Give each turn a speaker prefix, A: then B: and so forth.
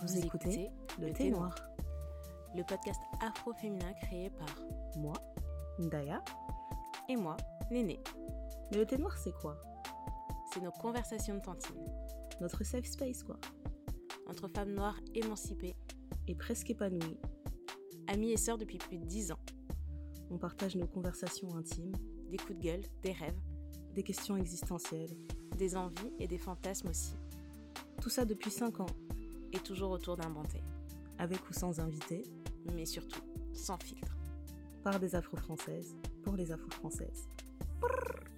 A: Vous écoutez Le Thé Noir,
B: le podcast afro-féminin créé par
A: moi, Daya.
B: et moi, Néné.
A: Mais le Thé Noir, c'est quoi
B: C'est nos conversations de tantine,
A: Notre safe space, quoi.
B: entre femmes noires émancipées,
A: Et presque épanouie,
B: amies et sœurs depuis plus de 10 ans,
A: on partage nos conversations intimes,
B: des coups de gueule, des rêves,
A: des questions existentielles.
B: des envies et des fantasmes aussi,
A: Tout ça depuis 5 ans,
B: et toujours autour d'un bon thé.
A: avec ou sans invité,
B: Mais surtout, sans filtre.
A: par des afro-françaises, pour les afro-françaises. Brrr.